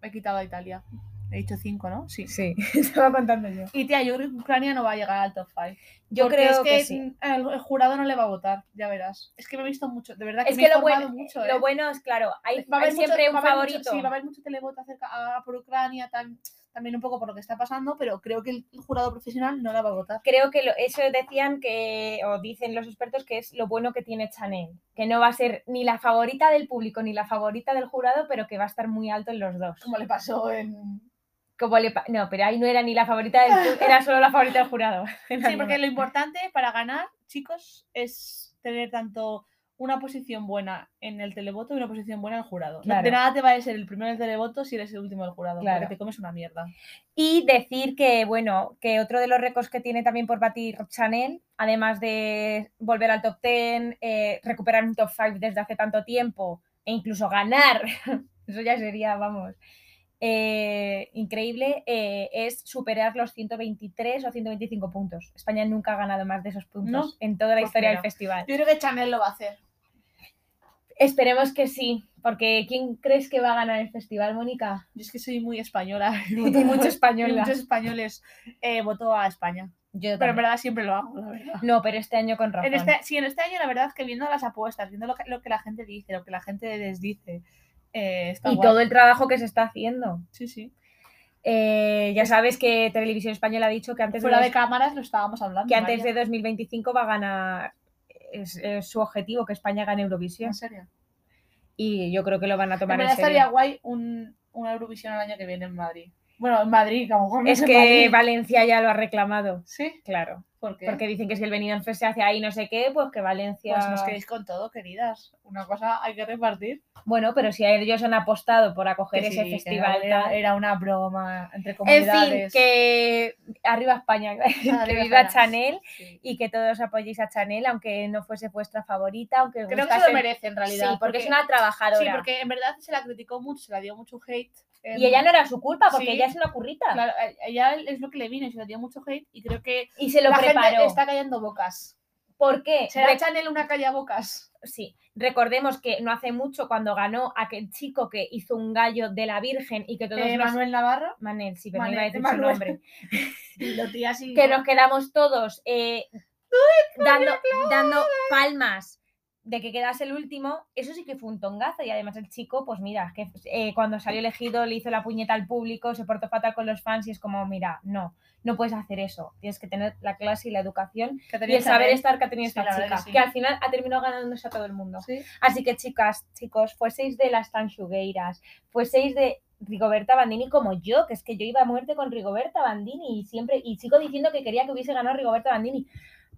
S1: Me he quitado a Italia. He dicho 5, ¿no? Sí.
S2: Sí, estaba contando yo.
S1: Y tía, yo creo que Ucrania no va a llegar al top 5.
S2: Yo creo
S1: es
S2: que,
S1: que,
S2: sí.
S1: mm, el, el jurado no le va a votar, ya verás. Es que me he visto mucho, de verdad que
S2: Es
S1: me
S2: que
S1: he
S2: lo
S1: informado
S2: bueno,
S1: mucho.
S2: lo
S1: ¿eh?
S2: bueno es, claro, hay,
S1: va a
S2: hay
S1: haber mucho-
S2: siempre
S1: va
S2: un
S1: a haber mucho-
S2: favorito.
S1: sí, va a haber mucho televoto acerca a- por Ucrania, tam- también un poco por lo que está pasando, pero creo que el jurado profesional no la va a votar.
S2: creo que lo- eso decían que, o dicen los expertos, que es lo bueno que tiene Chanel, que no va a ser ni la favorita del público ni la favorita del jurado, pero que va a estar muy alto en los dos.
S1: Como le pasó en.
S2: Como le pa- no, pero ahí no era ni la favorita del ju- era solo la favorita del jurado.
S1: Sí, porque lo importante para ganar, chicos, es tener tanto una posición buena en el televoto y una posición buena en el jurado. No-
S2: Claro.
S1: De nada te va a ser el primero en el televoto si eres el último del jurado,
S2: Claro.
S1: porque te comes una mierda.
S2: Y decir que, bueno, que otro de los récords que tiene también por batir Chanel, además de volver al top 10, eh, recuperar un top 5 desde hace tanto tiempo e incluso ganar, eso ya sería, vamos, eh, increíble, eh, es superar los 123 o 125 puntos. España nunca ha ganado más de esos puntos
S1: No,
S2: en toda la
S1: pues
S2: historia del
S1: mira.
S2: festival.
S1: Yo creo que Chanel lo va a hacer.
S2: Esperemos que sí, porque ¿quién crees que va a ganar el festival, Mónica?
S1: Yo es que soy muy española. Y
S2: Y mucho español.
S1: Y muchos españoles eh, voto a España.
S2: Yo
S1: Pero en
S2: también.
S1: verdad siempre lo hago, la verdad.
S2: No, pero este año con razón.
S1: En este, sí, en este año la verdad que viendo las apuestas, viendo lo que, lo que la gente dice, lo que la gente les dice, eh, está
S2: Y
S1: guay.
S2: todo el trabajo que se está haciendo.
S1: Sí, sí.
S2: Eh, ya sabes que Televisión Española ha dicho que antes, de,
S1: Fuera de
S2: dos-
S1: cámaras lo estábamos hablando.
S2: que antes
S1: María.
S2: de 2025 va a ganar, es, es su objetivo, que España gane Eurovisión.
S1: En serio.
S2: Y yo creo que lo van a
S1: En
S2: tomar en,
S1: verdad
S2: serio.
S1: estaría guay un, una Eurovisión el año que viene en Madrid. Bueno, en Madrid, que a lo mejor no
S2: Es
S1: en
S2: que
S1: Madrid.
S2: Valencia ya lo ha reclamado,
S1: Sí,
S2: claro.
S1: ¿por qué?
S2: Porque dicen que si el venido se hace ahí no sé qué, pues que Valencia...
S1: Pues nos queréis con todo, queridas. Una cosa hay que repartir.
S2: Bueno, pero si ellos han apostado por acoger
S1: Que sí,
S2: ese
S1: que
S2: festival...
S1: era,
S2: tal.
S1: era una broma entre
S2: En fin,
S1: comunidades.
S2: que arriba España, que
S1: Arriba
S2: viva
S1: España.
S2: Chanel
S1: Sí.
S2: y que todos apoyéis a Chanel, aunque no fuese vuestra favorita, aunque os
S1: Creo que se
S2: gustase
S1: lo merece en realidad.
S2: Sí, porque, es una trabajadora.
S1: Sí, porque en verdad se la criticó mucho, se la dio mucho hate. en-
S2: Y ella no era su culpa, porque
S1: Sí.
S2: ella es una currita.
S1: Claro, a- ella es lo que le vino, se la dio mucho hate y creo que
S2: Y se lo
S1: la gente
S2: preparó.
S1: está callando bocas.
S2: ¿Por qué?
S1: ¿Será
S2: Re-
S1: Chanel una calla bocas?
S2: Sí. Recordemos que no hace mucho cuando ganó aquel chico que hizo un gallo de la Virgen y que todos
S1: Eh,
S2: nos-
S1: Manuel Navarro.
S2: Manel, sí, pero no
S1: Manel,
S2: iba a decir su
S1: Manuel.
S2: nombre.
S1: Lo tía así.
S2: Que nos quedamos todos eh, dando, dando palmas de que quedase el último, eso sí que fue un tongazo. Y además el chico, pues mira, que eh, cuando salió elegido le hizo la puñeta al público, se portó fatal con los fans y es como, mira, no, no puedes hacer eso. Tienes que tener la clase y la educación
S1: Que
S2: y
S1: tenía
S2: el saber
S1: Chanel.
S2: estar que ha tenido
S1: Sí,
S2: esta
S1: la verdad
S2: chica,
S1: que
S2: que,
S1: sí.
S2: al final ha terminado ganándose a todo el mundo.
S1: Sí.
S2: Así que, chicas, chicos, fueseis de las tanchugueiras, fueseis de Rigoberta Bandini como yo, que es que yo iba a muerte con Rigoberta Bandini y siempre, y sigo diciendo que quería que hubiese ganado Rigoberta Bandini,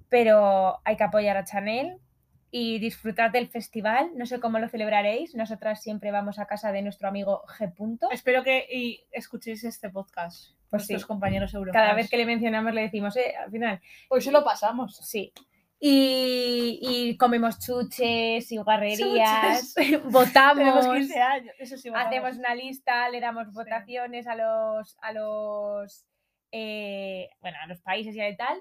S2: pero hay que apoyar a Chanel y disfrutar del festival, no sé cómo lo celebraréis, nosotras siempre vamos a casa de nuestro amigo G. Punto.
S1: Espero que y escuchéis este podcast.
S2: Pues sí.
S1: Nuestros compañeros europeos.
S2: Cada vez que le mencionamos le decimos, eh, al final,
S1: Hoy se Pues lo pasamos.
S2: Sí. Y, y comemos chuches y guarrerías, votamos,
S1: Tenemos 15 años. Eso sí, vamos.
S2: hacemos una lista, le damos votaciones a los a los eh, bueno, a los países y al tal.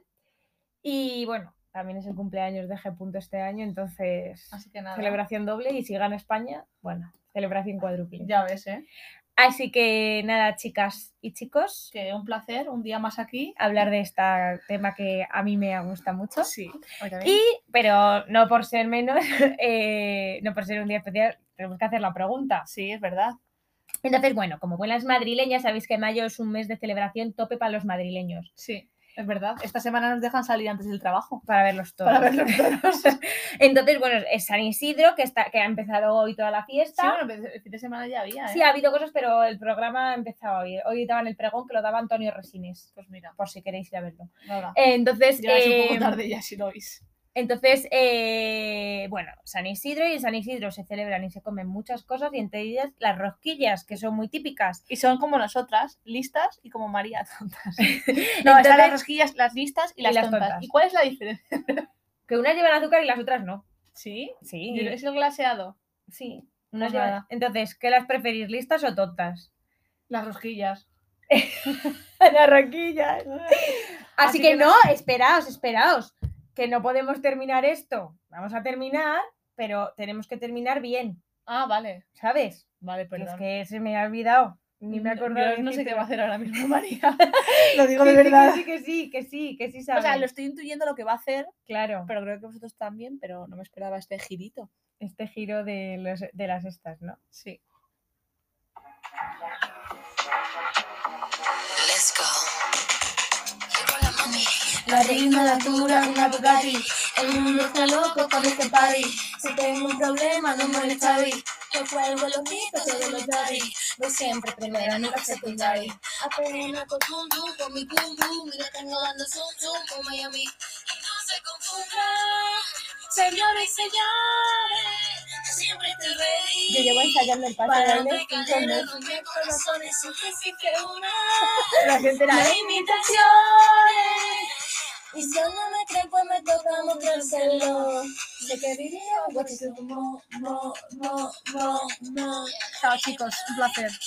S2: Y bueno, también es el cumpleaños de G. Punto este año, entonces
S1: Así que nada.
S2: celebración doble y si gana España, bueno, celebración cuádruple.
S1: Ya ves, ¿eh?
S2: Así que nada, chicas y chicos,
S1: Que un placer, un día más aquí.
S2: hablar de este tema que a mí me gusta mucho.
S1: Sí. Hoy también.
S2: Y, pero no por ser menos, eh, no por ser un día especial, tenemos que hacer la pregunta.
S1: Sí, es verdad.
S2: Entonces, bueno, como buenas madrileñas, sabéis que mayo es un mes de celebración tope para los madrileños,
S1: Sí, es verdad. Esta semana nos dejan salir antes del trabajo.
S2: para verlos todos.
S1: Para ver los toros. sí,
S2: Entonces, bueno, es San Isidro, que, está, que ha empezado hoy toda la fiesta.
S1: bueno, el fin de semana ya había, ¿eh?
S2: Sí, ha habido cosas, pero el programa ha empezado hoy. Hoy daban el pregón que lo daba Antonio Resines,
S1: Pues mira,
S2: por si queréis ir a verlo.
S1: nada.
S2: Entonces,
S1: Ya es un
S2: eh,
S1: poco tarde ya si lo oís.
S2: Entonces, eh, bueno, San Isidro y en San Isidro se celebran y se comen muchas cosas y entre ellas las rosquillas, que son muy típicas.
S1: Y son como nosotras, listas y como María, tontas. No,
S2: Entonces,
S1: están las rosquillas, las listas y las, tontas. ¿Y cuál es la diferencia?
S2: Que unas llevan azúcar y las otras no.
S1: Sí,
S2: Sí,
S1: es el glaseado.
S2: sí.
S1: No
S2: unas
S1: es
S2: llevan-
S1: nada.
S2: Entonces, ¿qué las preferís, listas o tontas?
S1: Las rosquillas.
S2: las rosquillas. Así,
S1: Así
S2: que,
S1: que
S2: no, esperaos, esperaos, que no podemos terminar esto. Vamos a terminar, pero tenemos que terminar bien,
S1: Ah, vale.
S2: ¿sabes?
S1: Vale,
S2: Que
S1: perdón.
S2: Es que se me ha olvidado. Ni me he
S1: No-
S2: acordado.
S1: yo no sé qué
S2: decírtelo.
S1: va a hacer ahora mismo María. lo digo
S2: Sí,
S1: de verdad.
S2: Sí, que sí, que sí, que sí, que sí
S1: O sea,
S2: saben.
S1: lo estoy intuyendo lo que va a hacer,
S2: Claro,
S1: pero creo que vosotros también, pero no me esperaba este girito.
S2: este giro de, los- de las estas, ¿no?
S1: Sí.
S4: Let's go. Llego la mami.
S5: La rima, la altura, una Bugatti. El mundo está loco con este party. Si tengo un problema, no muere Chavi. Yo cuelgo los mitos, todos los daddy. Voy siempre primera, nunca secundaria. Apenas con zoom, zoom, con mi boom, boom. Y la tengo dando zoom, zoom, con Miami. Y no se confundan. Señores y señores, yo siempre te reí.
S2: Yo llevo ensayando este el paso de
S5: Para
S2: baile cinco meses.
S5: romper corazones sin que existe una.
S2: La gente la
S5: No hay imitaciones. Y si aún no me creen, pues me toca mostrárselo. Sé que diría, what is it? Mo, mo, mo, mo, mo.
S1: Chao, chicos. Un placer.